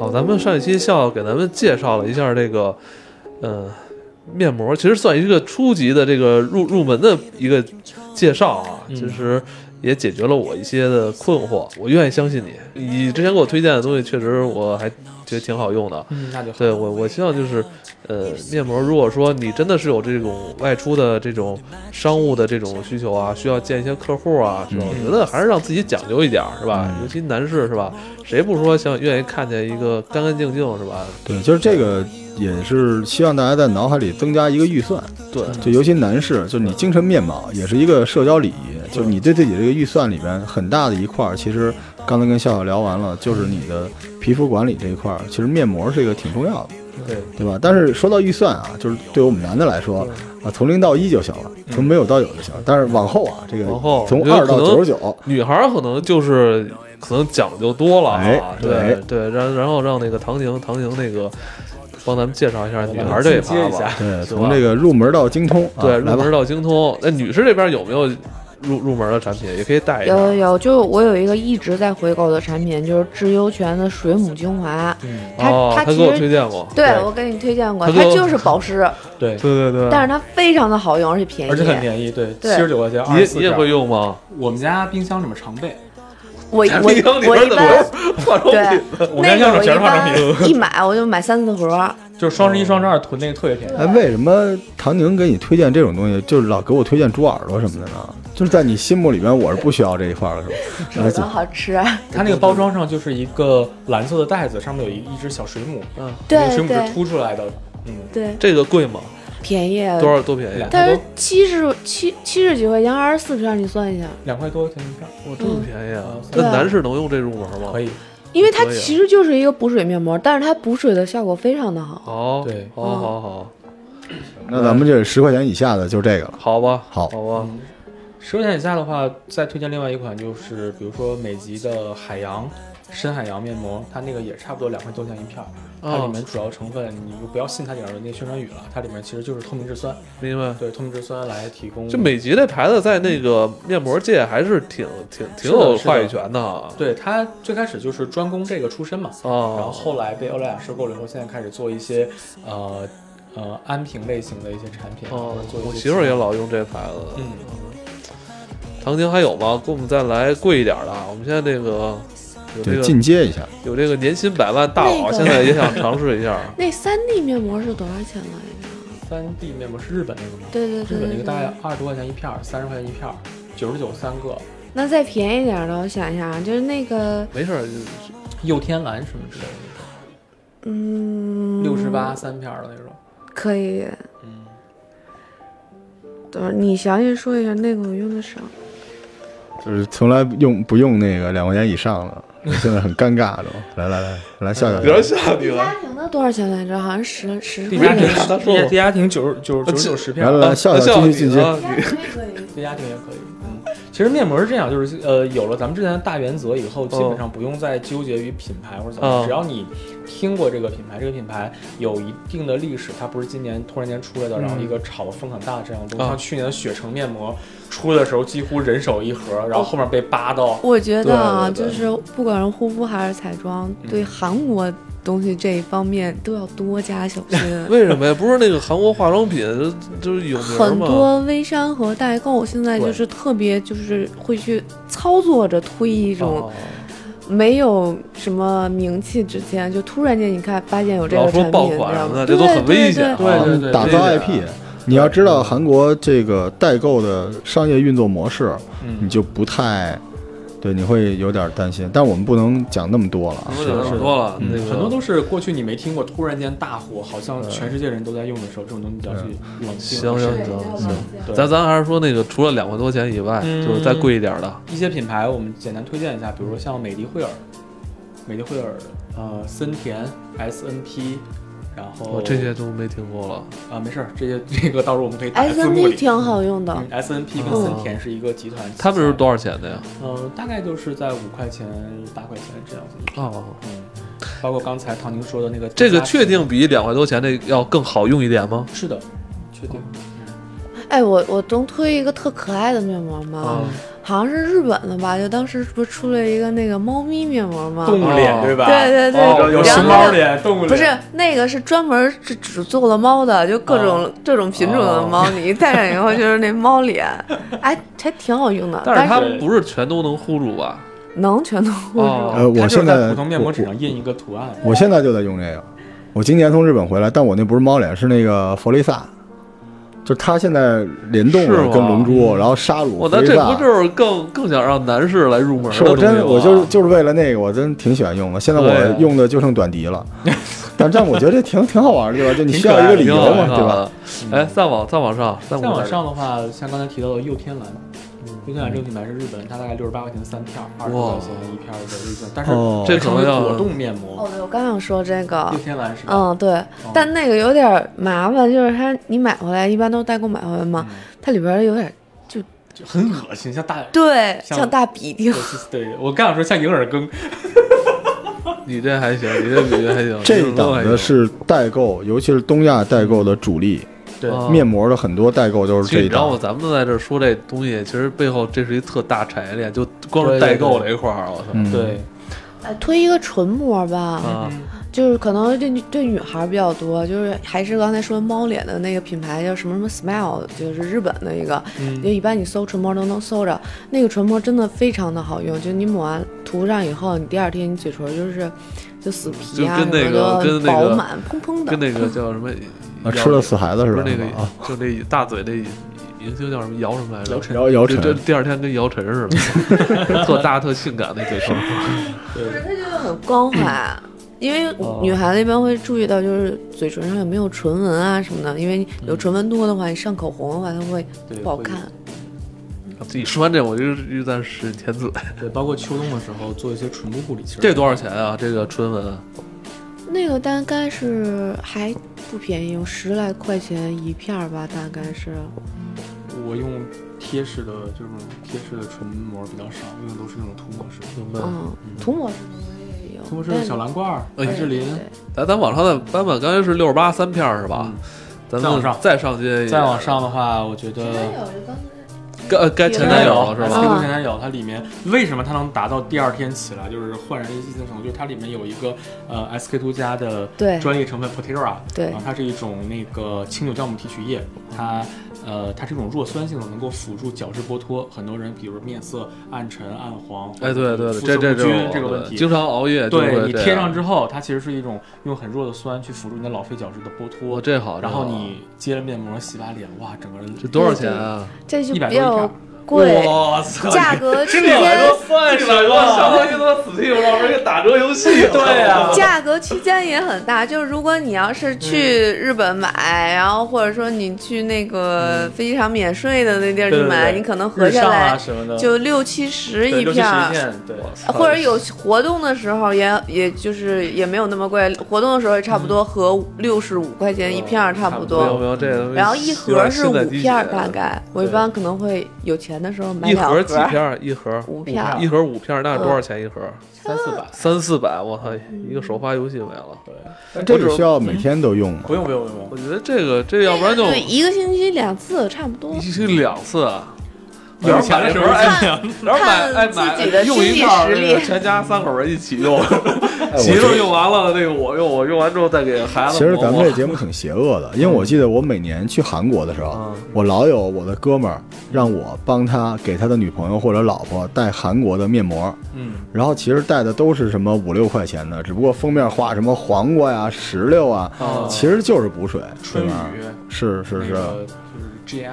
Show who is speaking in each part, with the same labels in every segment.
Speaker 1: 药，咱们上一期笑给咱们介绍了一下这个，呃，面膜，其实算一个初级的这个入入门的一个介绍啊，其实也解决了我一些的困惑。我愿意相信你，你之前给我推荐的东西，确实我还觉得挺好用的。
Speaker 2: 嗯，那就好。
Speaker 1: 对我，我希望就是，呃，面膜。如果说你真的是有这种外出的这种商务的这种需求啊，需要见一些客户啊，是吧？我觉得还是让自己讲究一点儿，是吧？尤其男士，是吧？谁不说想愿意看见一个干干净净，是吧？
Speaker 3: 对，就是这个也是希望大家在脑海里增加一个预算，
Speaker 1: 对，
Speaker 3: 就尤其男士，就是你精神面貌也是一个社交礼仪，就是你对自己这个预算里边很大的一块儿，其实刚才跟笑笑聊完了，就是你的皮肤管理这一块儿，其实面膜是一个挺重要的，
Speaker 1: 对，
Speaker 3: 对吧？但是说到预算啊，就是对我们男的来说啊，从零到一就行了，从没有到有就行了，但是往后啊，这个
Speaker 1: 往后
Speaker 3: 从
Speaker 1: 我觉得
Speaker 3: 二到
Speaker 1: 可能
Speaker 3: 九十九，
Speaker 1: 女孩儿可能就是可能讲究多了啊
Speaker 3: 哎，
Speaker 1: 对
Speaker 3: 哎
Speaker 1: 对，然然后让那个唐宁，唐宁那个帮咱们介绍一下女孩儿这一
Speaker 2: 进阶
Speaker 1: 趴
Speaker 2: 一
Speaker 1: 吧
Speaker 2: 下。
Speaker 3: 对，
Speaker 1: 行
Speaker 3: 从
Speaker 1: 吧
Speaker 3: 这个入门到精通，啊
Speaker 1: 对，
Speaker 3: 来
Speaker 1: 入
Speaker 3: 吧
Speaker 1: 门，到精通。那女士这边有没有入入门的产品？也可以带一下。
Speaker 4: 有有，就我有一个一直在回购的产品，就是智优泉的水母精华，
Speaker 2: 嗯，
Speaker 4: 它
Speaker 1: 哦，
Speaker 4: 它
Speaker 1: 他
Speaker 4: 其
Speaker 1: 给我推
Speaker 4: 实
Speaker 1: 荐过。
Speaker 4: 对
Speaker 2: 对
Speaker 4: 我给你推荐过，
Speaker 1: 它
Speaker 4: 它
Speaker 1: 给我嗯
Speaker 4: 就是 保湿，
Speaker 2: 对，
Speaker 1: 对对对
Speaker 4: 但是它非常的好用，而且便宜。
Speaker 2: 而且很便宜，对，
Speaker 4: 对
Speaker 2: 七十九块钱，
Speaker 1: 你也你也会？用吗？
Speaker 2: 我们家冰箱里面常备，
Speaker 4: 我
Speaker 1: 咱
Speaker 4: 我
Speaker 1: 冰箱里
Speaker 4: 我
Speaker 1: 边
Speaker 4: 一
Speaker 1: 怎么
Speaker 4: 般
Speaker 1: 有化妆
Speaker 4: 对
Speaker 1: 品？
Speaker 2: 我
Speaker 4: 那
Speaker 2: 们家用
Speaker 4: 个我
Speaker 2: 的
Speaker 4: 一
Speaker 2: 全是化妆品，
Speaker 4: 般一买我就买三四 盒，
Speaker 2: 就是双十一、双十二囤那个特别便宜。
Speaker 3: 哎，为什么唐宁给你推荐这种东西，就是老给我推荐猪耳朵什么的呢？就是在你心目里面，我是不需要这一块儿的，是吧？
Speaker 4: 手
Speaker 3: 而且
Speaker 4: 当好吃。
Speaker 2: 它那个包装上就是一个蓝色的袋子，上面有一一只小水母，
Speaker 1: 嗯，
Speaker 2: 那
Speaker 4: 对
Speaker 2: 个水母是
Speaker 4: 对
Speaker 2: 凸出来的，嗯，
Speaker 4: 对，
Speaker 1: 这个贵吗？
Speaker 4: 便宜。
Speaker 1: 多少多便宜？啊
Speaker 4: 但是七十七七十几块钱，二十四片，你算一下，
Speaker 2: 两块多钱一片，
Speaker 1: 哇，这么便宜啊
Speaker 2: 嗯！
Speaker 1: 那
Speaker 4: 对啊
Speaker 1: 男士能用这入门吗？
Speaker 2: 可以。
Speaker 4: 因为它
Speaker 1: 可以啊
Speaker 4: 其实就是一个补水面膜，但是它补水的效果非常的好。
Speaker 1: 好，
Speaker 2: 对
Speaker 1: 好好好，
Speaker 3: 那咱们这十块钱以下的就是这个了。
Speaker 1: 好吧，
Speaker 3: 好
Speaker 1: 好吧，
Speaker 2: 嗯十块钱以下的话，再推荐另外一款，就是比如说美极的海洋深海洋面膜，它那个也差不多两块多钱一片儿。
Speaker 1: 啊
Speaker 2: 它里面主要成分，你就不要信它顶上的那个宣传语了，它里面其实就是透明质酸，
Speaker 1: 明白。
Speaker 2: 对透明质酸来提供。
Speaker 1: 这美极这牌子在那个面膜界还是挺挺挺有话语权的啊。
Speaker 2: 对它最开始就是专攻这个出身嘛，然后
Speaker 1: 哦，
Speaker 2: 后来被欧莱雅收购了以后，现在开始做一些呃呃安瓶类型的一些产品，
Speaker 1: 哦
Speaker 2: 或者做一，些
Speaker 1: 我媳妇儿
Speaker 2: 其
Speaker 1: 也
Speaker 2: 他
Speaker 1: 老用这牌子。
Speaker 2: 嗯，
Speaker 1: 唐宁还有吗？给我们再来贵一点的啊。我们现在这个有这
Speaker 3: 对，
Speaker 1: 个
Speaker 3: 进阶一下，
Speaker 1: 有这个年薪百万大
Speaker 4: 那
Speaker 1: 佬，
Speaker 4: 个
Speaker 1: 现在也想尝试一下。
Speaker 4: 那三 D 面膜是多少钱来着？
Speaker 2: 三 D 面膜是日本那个吗？
Speaker 4: 对对
Speaker 2: 日
Speaker 4: 对
Speaker 2: 本那
Speaker 4: 对
Speaker 2: 个大
Speaker 4: 对
Speaker 2: 概。二十多块钱一片儿，三十块钱一片儿，九十九三个。
Speaker 4: 那再便宜点的，我想一下，啊，就是那个
Speaker 1: 没事儿，
Speaker 2: 右天蓝什么之类的，
Speaker 4: 嗯，
Speaker 2: 六十八三片儿的那种。
Speaker 4: 可以。
Speaker 2: 嗯，
Speaker 4: 等会儿你详细说一下，那个我用的少。
Speaker 3: 就是从来用不用那个两块钱以上的，我现在很尴尬的。来来来，来笑笑，
Speaker 1: 别吓你
Speaker 4: 家
Speaker 1: 了。
Speaker 4: 庭的多少钱来着？好像十十
Speaker 2: 地
Speaker 4: 块
Speaker 2: 家
Speaker 4: 钱
Speaker 2: 亭
Speaker 1: 嗯他，说呃
Speaker 2: 地
Speaker 1: 过
Speaker 2: 地家亭九十九十九十九十片
Speaker 3: 来来
Speaker 2: 儿，
Speaker 3: 来，呃笑笑继续进阶。
Speaker 1: 你
Speaker 4: 可以。
Speaker 2: 地家亭也可以。嗯，其实面膜是这样，就是呃，有了咱们之前的大原则以后，基本上不用再纠结于品牌或者怎么样，
Speaker 1: 嗯
Speaker 2: 只要你听过这个品牌，这个品牌有一定的历史，它不是今年突然间出来的，然后一个炒得风很大的这样的东西。
Speaker 1: 嗯。
Speaker 2: 像去年的雪城面膜出的时候，几乎人手一盒，然后后面被扒到。
Speaker 4: 我觉得啊，
Speaker 2: 对嗯
Speaker 4: 就
Speaker 2: 对对
Speaker 4: 是不管是护肤还是彩妆，对韩国东西这一方面都要多加小 心
Speaker 1: 为什么呀？不是那个韩国化妆品就就是有名儿
Speaker 4: 很
Speaker 1: 吗？
Speaker 4: 多微商和代购现在就是特别就是会去操作着推一种
Speaker 1: 哦
Speaker 4: 没有什么名气之前，就突然间你看发现有这
Speaker 1: 老
Speaker 4: 个
Speaker 1: 说
Speaker 4: 产
Speaker 1: 爆
Speaker 4: 品，
Speaker 1: 款什么的，
Speaker 4: 你知
Speaker 1: 这都
Speaker 4: 道吗
Speaker 1: 很危险啊。
Speaker 2: 对对对对
Speaker 3: 打
Speaker 1: 这
Speaker 3: 造
Speaker 1: 个
Speaker 3: IP。你要知道韩国这个代购的商业运作模式，你
Speaker 2: 嗯，
Speaker 3: 就不太，对，你会有点担心。但我们不能讲那么多了啊，
Speaker 1: 说的很多了，
Speaker 3: 嗯
Speaker 1: 那个
Speaker 2: 很多都是过去你没听过，突然间大火，好像全世界人都在用的时候，这种东西你要去冷静。
Speaker 1: 行行行
Speaker 4: 对对
Speaker 1: 行，
Speaker 2: 对
Speaker 1: 咱咱还是说那个除了两万多钱以外，
Speaker 2: 嗯
Speaker 1: 就是再贵一点的。
Speaker 2: 一些品牌，我们简单推荐一下，比如说像美的惠尔、美的惠尔、呃森田、SNP，然后、
Speaker 1: 哦我这些都没听过了。
Speaker 2: 啊、没事儿，这些这个到时候我们可以
Speaker 1: 哎
Speaker 2: 打在
Speaker 4: S
Speaker 2: 字
Speaker 4: N
Speaker 2: 幕
Speaker 4: D
Speaker 2: 里。
Speaker 4: 挺好用的，
Speaker 2: 嗯，SNP 跟森田是一个集团，
Speaker 1: 他哦们是多少钱的呀？
Speaker 2: 嗯、大概就是在五块钱、八块钱这样子。
Speaker 1: 哦，
Speaker 2: 嗯，包括刚才唐宁说的那个，
Speaker 1: 这个确定比两万多钱的要更好用一点吗？
Speaker 2: 是的，确定。
Speaker 4: 哎，我我能推一个特可爱的面膜吗？
Speaker 1: 啊，
Speaker 4: 好像是日本的吧？就当时不是出了一个那个猫咪面膜吗？
Speaker 2: 动物脸对吧？
Speaker 4: 对对对
Speaker 2: 哦有
Speaker 4: 然后
Speaker 2: 熊猫脸、动物脸，
Speaker 4: 不是那个是专门只只做了猫的，就各种、
Speaker 1: 啊
Speaker 4: 各种品种的
Speaker 1: 哦
Speaker 4: 猫，你一戴上以后就是那猫 脸，哎，还挺好用的，
Speaker 1: 但是
Speaker 4: 但
Speaker 1: 它
Speaker 4: 是
Speaker 2: 但是
Speaker 1: 不是全都能护住吧？
Speaker 4: 能全都护住。
Speaker 1: 哦，
Speaker 3: 呃，
Speaker 2: 它
Speaker 3: 我
Speaker 2: 就是
Speaker 3: 现
Speaker 2: 在
Speaker 3: 在
Speaker 2: 普通面膜
Speaker 3: 我
Speaker 2: 纸上印一个图案，
Speaker 3: 我现在就在用这个。我今年从日本回来，但我那不是猫脸，是那个弗利萨，就是它现在联动
Speaker 1: 是
Speaker 3: 了
Speaker 1: 吗嗯
Speaker 3: 跟龙珠，然后沙鲁
Speaker 1: 我
Speaker 3: 弗
Speaker 1: 那
Speaker 3: 利
Speaker 1: 这不
Speaker 3: 萨。
Speaker 1: 就是更更想让男士来入门
Speaker 3: 是
Speaker 1: 的
Speaker 3: 我
Speaker 1: 东西吗
Speaker 3: 真我就是就是为了那个，我真挺喜欢用的。现在
Speaker 1: 对啊
Speaker 3: 我用的就剩短 笛了，但但我觉得这挺挺好玩的，对吧？就你需要一个理
Speaker 1: 挺
Speaker 3: 由
Speaker 1: 好
Speaker 3: 嘛
Speaker 1: 看，
Speaker 3: 对吧？
Speaker 1: 的？哎，再往再往上，再
Speaker 2: 再往上的话，像刚才提到的右天蓝，右天蓝这个品牌是日本，它大概六十八块钱三片儿，二十多
Speaker 1: 哇
Speaker 2: 块钱一片儿的日本，但是
Speaker 3: 哦
Speaker 1: 这
Speaker 2: 它
Speaker 1: 可
Speaker 2: 成
Speaker 1: 能
Speaker 2: 为
Speaker 1: 要
Speaker 2: 果冻面
Speaker 4: 哦
Speaker 2: 膜，，
Speaker 4: 对，我刚想说这个
Speaker 2: 右，天蓝是吧？
Speaker 4: 嗯，
Speaker 1: 哦
Speaker 4: 对，但那个有点麻烦，就是它你买回来一般都是代购买回来
Speaker 1: 嗯
Speaker 4: 嘛，它里边有点
Speaker 2: 就很恶心，像大。
Speaker 4: 对，
Speaker 2: 像
Speaker 4: 像大鼻涕
Speaker 2: 对，对我刚想说像银耳羹，
Speaker 1: 你这还行，你这比这还行，
Speaker 3: 这
Speaker 1: 你
Speaker 3: 一档
Speaker 1: 还
Speaker 3: 的
Speaker 1: 行
Speaker 3: 是代购，尤其是东亚代购的主力，
Speaker 2: 对
Speaker 1: 啊
Speaker 3: 面膜的很多代购都是
Speaker 1: 其实
Speaker 3: 这
Speaker 1: 你
Speaker 3: 一
Speaker 1: 知道
Speaker 3: 档
Speaker 1: 吗？。咱们在这儿说这东西，其实背后这是一特大产业链，就光是
Speaker 2: 对对
Speaker 1: 代购
Speaker 2: 对
Speaker 1: 这一块儿，我操！
Speaker 3: 嗯，
Speaker 2: 对，
Speaker 4: 哎，推一个唇膜吧，
Speaker 1: 啊，
Speaker 4: 就是可能对女对女孩比较多，就是还是刚才说猫脸的那个品牌叫什么什么 Smile，就是日本的一个，就
Speaker 2: 嗯，
Speaker 4: 一般你搜唇膜都能搜着。那个唇膜真的非常的好用，就你抹完涂上以后，你第二天你嘴唇就是就死皮啊，
Speaker 1: 就跟那
Speaker 4: 什
Speaker 1: 个
Speaker 4: 么的
Speaker 1: 跟那个
Speaker 4: 饱满砰砰的，
Speaker 1: 跟那个叫什么，
Speaker 3: 啊，吃了死孩子
Speaker 1: 不
Speaker 3: 是
Speaker 1: 是
Speaker 3: 吧？
Speaker 1: 那个
Speaker 3: 啊，，
Speaker 1: 就那大嘴那明星叫什么姚什么来着？
Speaker 2: 姚晨
Speaker 3: 姚姚
Speaker 1: 就
Speaker 3: 晨
Speaker 1: 这第二天跟姚晨似的， 特大特性感那嘴唇，
Speaker 4: 不是
Speaker 2: 对，
Speaker 4: 它就很光 滑。因为
Speaker 1: 哦
Speaker 4: 女孩子一般会注意到，就是嘴唇上有没有唇纹啊什么的，因为有唇纹多的话，你上口红的话，它会
Speaker 2: 对
Speaker 4: 不好
Speaker 2: 会
Speaker 4: 看。
Speaker 1: 一说完这我就又在使天子。
Speaker 2: 对，包括秋冬的时候做一些唇部护理，其实
Speaker 1: 这多少钱啊？这个唇纹
Speaker 4: 那个大概是还不便宜，有十来块钱一片儿吧，大概是。
Speaker 2: 我用贴式的这种贴式的唇膜比较少，用的都是那种涂抹式。
Speaker 1: 明白？
Speaker 4: 嗯，涂抹是不是也有？
Speaker 2: 涂抹式的小蓝罐儿、
Speaker 1: 哎
Speaker 2: 凡士林，
Speaker 1: 咱咱往上再搬吧，刚才是六十八三片儿是吧？咱
Speaker 2: 嗯再往
Speaker 1: 们
Speaker 2: 上
Speaker 1: 再上街，
Speaker 2: 再往上的话，我觉得
Speaker 1: 该呃该前男友
Speaker 2: 友
Speaker 1: 是吧
Speaker 4: 啊？
Speaker 2: 前男友，它里面为什么它能达到第二天起来就是焕然一新的程度？就是它里面有一个呃 SK two 加的
Speaker 4: 对
Speaker 2: 专利成分 Potera，
Speaker 4: 对
Speaker 2: 啊，它是一种那个清酒酵母提取液，它呃它是一种弱酸性的，能够辅助角质剥脱。很多人比如面色暗沉、暗黄，
Speaker 1: 哎，对对，
Speaker 2: 肤
Speaker 1: 这
Speaker 2: 色
Speaker 1: 这
Speaker 2: 不均这
Speaker 1: 这
Speaker 2: 个问题，
Speaker 1: 经常熬夜就会这
Speaker 2: 对
Speaker 1: 样，
Speaker 2: 你贴上之后，它其实是一种用很弱的酸去辅助你的老废角质的剥
Speaker 1: 我
Speaker 2: 脱，
Speaker 1: 这好，
Speaker 2: 然
Speaker 1: 这好
Speaker 2: 后你接了面膜洗把脸，哇，整个人
Speaker 1: 这多少钱啊？
Speaker 4: 这就
Speaker 2: 一百
Speaker 4: 比
Speaker 2: 多一片
Speaker 4: 较
Speaker 2: 儿，
Speaker 4: 贵，
Speaker 2: 我操，
Speaker 4: 价格区间
Speaker 1: 算
Speaker 2: 什么
Speaker 1: 想到一个他妈死地上玩一个打折游戏，
Speaker 2: 对啊
Speaker 4: 价格区间也很大。就是如果你要是去日本买，然后或者说你去那个飞机场免税的那地儿
Speaker 2: 对
Speaker 4: 去
Speaker 2: 对
Speaker 4: 买，
Speaker 2: 对
Speaker 4: 你可能合
Speaker 2: 日
Speaker 4: 下
Speaker 2: 上啊
Speaker 4: 来
Speaker 2: 什么的，
Speaker 4: 就六七十
Speaker 2: 对
Speaker 4: 一
Speaker 2: 六七
Speaker 4: 片
Speaker 2: 十
Speaker 4: 儿
Speaker 2: 一。片，对，
Speaker 4: 呃或者有活动的时候也也就是也没有那么贵，活动的时候也差不多和六十五块钱一片儿差不
Speaker 1: 没有
Speaker 4: 多
Speaker 1: 没。有这个，
Speaker 4: 然后一盒是五片儿，大。概。我一
Speaker 1: 对
Speaker 4: 般可能会有钱的时候买
Speaker 1: 一
Speaker 4: 两
Speaker 1: 盒几片儿？一盒
Speaker 4: 五嗯片儿
Speaker 1: 一盒五片儿，那多少钱一盒？
Speaker 2: 三四百，
Speaker 1: 三四百，我操，一个首发游戏没了。
Speaker 2: 对，
Speaker 3: 这个需要
Speaker 1: 嗯
Speaker 3: 每天都用吗
Speaker 2: 不？用不用不 用，
Speaker 1: 我觉得这个这要不然就
Speaker 4: 对，一个星期两次差不多
Speaker 1: 一。星期两次啊。
Speaker 2: 有钱的时候
Speaker 1: 哎
Speaker 2: 哎呀，
Speaker 1: 然后买
Speaker 4: 看
Speaker 1: 哎买
Speaker 4: 自己的
Speaker 1: 用
Speaker 4: 经
Speaker 1: 一
Speaker 4: 济
Speaker 1: 套，
Speaker 4: 实
Speaker 1: 那个
Speaker 4: 力
Speaker 1: 全家三口人一起用，
Speaker 3: 哎
Speaker 1: 媳
Speaker 3: 我
Speaker 1: 妇
Speaker 3: 觉
Speaker 1: 儿
Speaker 3: 得
Speaker 1: 用完了，那个我用，我用完之后再给孩子
Speaker 3: 其
Speaker 1: 磨
Speaker 3: 实
Speaker 1: 磨。
Speaker 3: 咱们这节目挺邪恶的，因为我记得我每年去韩国的时候
Speaker 1: 嗯，
Speaker 3: 我老有我的哥们儿让我帮他给他的女朋友或者老婆带韩国的面膜，
Speaker 2: 嗯，
Speaker 3: 然后其实带的都是什么五六块钱的，只不过封面画什么黄瓜呀、石榴啊，
Speaker 1: 啊
Speaker 3: 其实就是补水，
Speaker 2: 哦春雨
Speaker 3: 对吧，是是
Speaker 2: 那
Speaker 3: 是。
Speaker 2: 个就是 GM，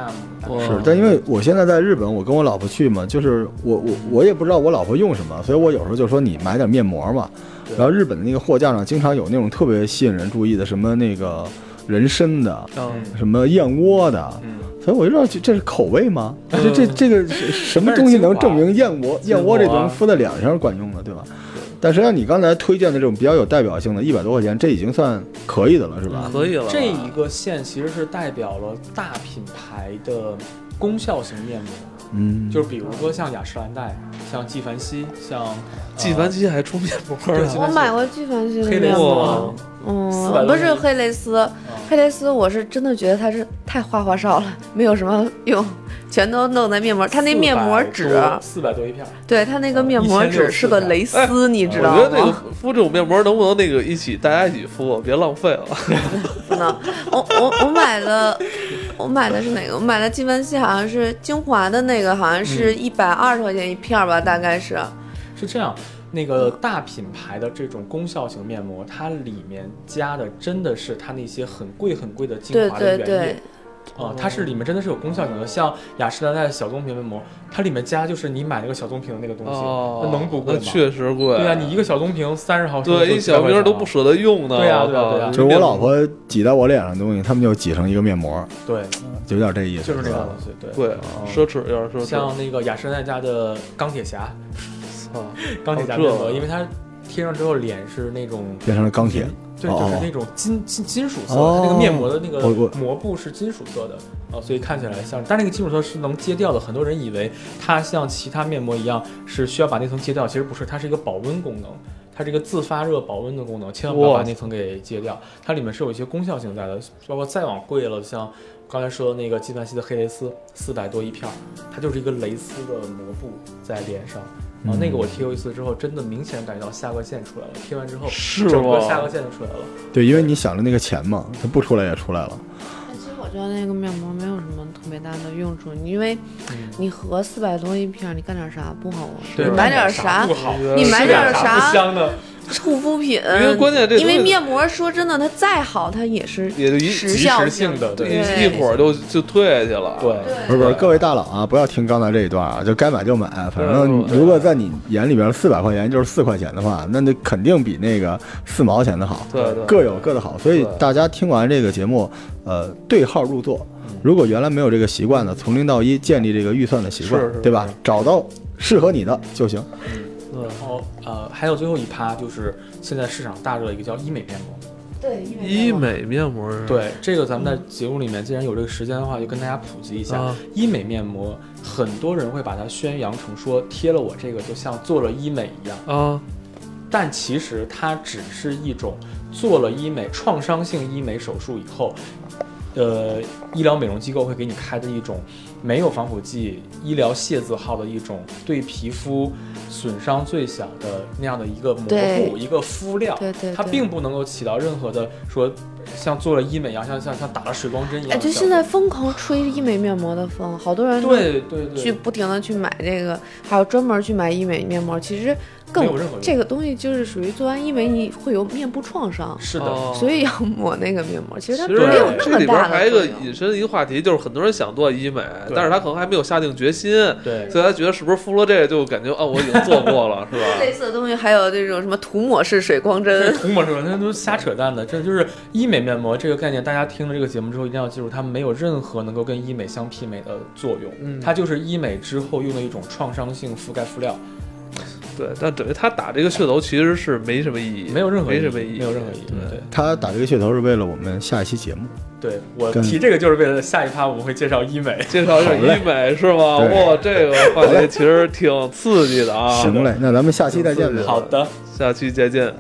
Speaker 2: 大概
Speaker 1: 哇
Speaker 3: 是，但因为我现在在日本，我跟我老婆去嘛，就是我我我也不知道我老婆用什么，所以我有时候就说你买点面膜嘛。然后日本的那个货架上经常有那种特别吸引人注意的，什么那个人参的，
Speaker 1: 嗯
Speaker 3: 什么燕窝的，
Speaker 2: 嗯，
Speaker 3: 所以我就知道这这是口味吗？
Speaker 1: 嗯
Speaker 3: 这这这个是什么东西能证明燕窝
Speaker 2: 精华
Speaker 3: 燕窝这东西敷在脸上是管用的，对吧？但实际上你刚才推荐的这种比较有代表性的，一百多块钱，这已经算可以的了，是吧？
Speaker 1: 嗯可以了吧
Speaker 2: 这一个线其实是代表了大品牌的功效型面膜，
Speaker 3: 嗯，
Speaker 2: 就是比如说像雅诗兰黛、像纪梵希、像呃
Speaker 1: 纪梵希还出面膜
Speaker 2: 对
Speaker 1: 呢，
Speaker 2: 纪
Speaker 4: 我
Speaker 2: 梵希
Speaker 4: 买过纪梵希的
Speaker 2: 黑
Speaker 4: 面
Speaker 2: 蕾丝
Speaker 4: 膜
Speaker 1: 哇，
Speaker 2: 嘛，
Speaker 4: 嗯，
Speaker 2: 400
Speaker 4: 不是黑蕾丝，
Speaker 2: 嗯
Speaker 4: 黑蕾丝我是真的觉得它是太花花哨了，没有什么用，全都弄在面膜。它那面膜纸，啊
Speaker 2: 四百多一片儿，
Speaker 4: 对它那个面膜纸是个蕾丝，你知
Speaker 1: 哎我
Speaker 4: 道
Speaker 1: 觉得这个
Speaker 4: 吗？
Speaker 1: 敷这种面膜能不能那个一起大家一起敷，啊别浪费了。
Speaker 4: 不能，我我我买的，我买的是哪个？我买的纪梵希好像是精华的那个，好像是一百二十块钱一片儿吧，大概是。
Speaker 2: 是这样。那个大品牌的这种功效型面膜，它里面加的真的是它那些很贵很贵的精
Speaker 4: 对
Speaker 2: 华
Speaker 4: 对
Speaker 2: 的原液，
Speaker 4: 对，
Speaker 2: 啊、它是里面真的是有功效型的，像雅诗兰黛的小棕瓶面膜，它里面加就是你买那个小棕瓶的那个东西，
Speaker 1: 哦
Speaker 2: 那，能不
Speaker 1: 那
Speaker 2: 贵吗？
Speaker 1: 确实贵。
Speaker 2: 对啊，你一个小棕瓶三十毫升，
Speaker 1: 对一小
Speaker 2: 瓶
Speaker 1: 瓶都不舍得用呢。
Speaker 2: 对
Speaker 1: 我
Speaker 2: 啊
Speaker 1: 靠
Speaker 2: 对啊对啊
Speaker 3: 就是我老婆挤在我脸上的东西，他们就挤成一个面膜，
Speaker 2: 对，
Speaker 3: 就有点这意思。
Speaker 2: 就是那个
Speaker 3: 吧
Speaker 2: 东西，对。
Speaker 1: 对
Speaker 3: 哦，
Speaker 1: 奢侈有点奢侈。
Speaker 2: 像那个雅诗兰黛家的钢铁侠，
Speaker 1: 啊
Speaker 2: 钢铁侠
Speaker 1: 哦这
Speaker 2: 面膜，因为它贴上之后脸是那种
Speaker 3: 变成了钢铁。
Speaker 2: 对，
Speaker 3: 哦
Speaker 2: 就是
Speaker 3: 哦
Speaker 2: 那种金金金属色的，
Speaker 3: 哦
Speaker 2: 它那个面膜的那个
Speaker 3: 我我
Speaker 2: 膜布是金属色的啊，所以看起来像，但是那个金属色是能揭掉的。很多人以为它像其他面膜一样是需要把那层揭掉，其实不是，它是一个保温功能，它是一个自发热保温的功能，千万不要
Speaker 1: 哇
Speaker 2: 把那层给揭掉。它里面是有一些功效性在的，包括再往贵了，像刚才说的那个纪梵希的黑蕾丝，四百多一片儿，它就是一个蕾丝的膜布在脸上。啊，那个我贴过一次之后，真的明显感觉到下颚线出来了。贴完之后，
Speaker 1: 是
Speaker 2: 哦整个
Speaker 1: 吗
Speaker 2: 下颚线就出来了。
Speaker 3: 对，因为你想着那个钱嘛，它不出来也出来了。
Speaker 4: 但其实我觉得那个面膜没有什么特别大的用处，因为
Speaker 2: 嗯
Speaker 4: 你合四百多一瓶，你干点啥不好啊？
Speaker 1: 对
Speaker 4: 你买点啥
Speaker 2: 不好，
Speaker 4: 你买点儿啥
Speaker 2: 不香的，
Speaker 4: 护肤品？
Speaker 1: 因为关键这东西
Speaker 4: 因为面膜说真的，它再好，它也是
Speaker 1: 也就一
Speaker 4: 时
Speaker 2: 及
Speaker 4: 效
Speaker 2: 时性的，
Speaker 1: 对
Speaker 2: 对
Speaker 1: 一一会儿就就退下去了。
Speaker 2: 对，
Speaker 3: 不是不是，
Speaker 1: 对
Speaker 3: 各位大佬啊，不要听刚才这一段啊，就该买就买。反正
Speaker 1: 对对
Speaker 3: 如果在你眼里边四百块钱就是四块钱的话，那那肯定比那个四毛钱的好。
Speaker 1: 对对
Speaker 3: 各有各的好。所以大家听完这个节目，呃，对号入座。
Speaker 1: 嗯
Speaker 3: 如果原来没有这个习惯的，从零到一建立这个预算的习惯
Speaker 1: 是是，
Speaker 3: 对吧？找到适合你的就行。
Speaker 1: 嗯
Speaker 2: 然后呃，还有最后一趴就是现在市场大热一个叫医美面膜，
Speaker 4: 对
Speaker 1: 医美面膜啊是
Speaker 2: 对这个咱们在节目里面既然有这个时间的话，就跟大家普及一下
Speaker 4: 嗯
Speaker 1: 啊，
Speaker 2: 医美面膜很多人会把它宣扬成说贴了我这个就像做了医美一样，
Speaker 1: 啊，
Speaker 2: 但其实它只是一种做了医美创伤性医美手术以后，呃，医疗美容机构会给你开的一种没有防腐剂、医疗械字号的一种对皮肤损伤最小的那样的一个膜
Speaker 4: 对
Speaker 2: 布、一个敷料，
Speaker 4: 对对
Speaker 2: 它
Speaker 4: 对
Speaker 2: 并不能够起到任何的说像做了医美一样，像像像打了水光针一样
Speaker 4: 哎，
Speaker 2: 的效
Speaker 4: 对，
Speaker 2: 果。
Speaker 4: 现在疯狂吹医美面膜的风，好多人都
Speaker 2: 对对对，
Speaker 4: 去不停的去买这个，还有专门去买医美面膜。其实更
Speaker 2: 没有任何用
Speaker 4: 这个东西就是属于做完医美你会有面部创伤，
Speaker 2: 是的，
Speaker 1: 哦
Speaker 4: 所以要抹那个面膜。其实它
Speaker 1: 其
Speaker 4: 没
Speaker 1: 实
Speaker 4: 有那
Speaker 1: 这
Speaker 4: 么
Speaker 1: 里边
Speaker 4: 大
Speaker 1: 还有
Speaker 4: 的
Speaker 1: 一
Speaker 4: 作
Speaker 1: 个
Speaker 4: 用。
Speaker 1: 引申一个话题，就是很多人想做医美，
Speaker 2: 对
Speaker 1: 但是他可能还没有下定决心，
Speaker 2: 对。
Speaker 1: 所以他觉得是不是敷了这个就感觉哦，我已经做过了，是
Speaker 4: 类
Speaker 1: 吧？
Speaker 4: 似的东西还有这种什么涂抹式水光
Speaker 2: 这
Speaker 4: 针，
Speaker 2: 涂抹这种，那都瞎扯淡的。这就是医美面膜这个概念，大家听了这个节目之后一定要记住，它没有任何能够跟医美相媲美的作用。
Speaker 1: 嗯
Speaker 2: 它就是医美之后用的一种创伤性覆盖敷料，
Speaker 1: 对，但等于他打这个噱头其实是没什么意义，
Speaker 2: 没有任何
Speaker 1: 没
Speaker 2: 意
Speaker 1: 什
Speaker 2: 义，
Speaker 1: 么意义，
Speaker 2: 没有任何意义。对
Speaker 3: 他打这个噱头是为了我们下一期节目。
Speaker 2: 对我
Speaker 3: 跟
Speaker 2: 提这个就是为了下一趴我们会介绍医美。
Speaker 1: 介绍一下医美是吗？
Speaker 3: 对
Speaker 1: 哇，这个话题其实挺刺激的啊！
Speaker 3: 行嘞，那咱们下期再见吧。
Speaker 1: 对
Speaker 2: 好的。
Speaker 1: 下期再见。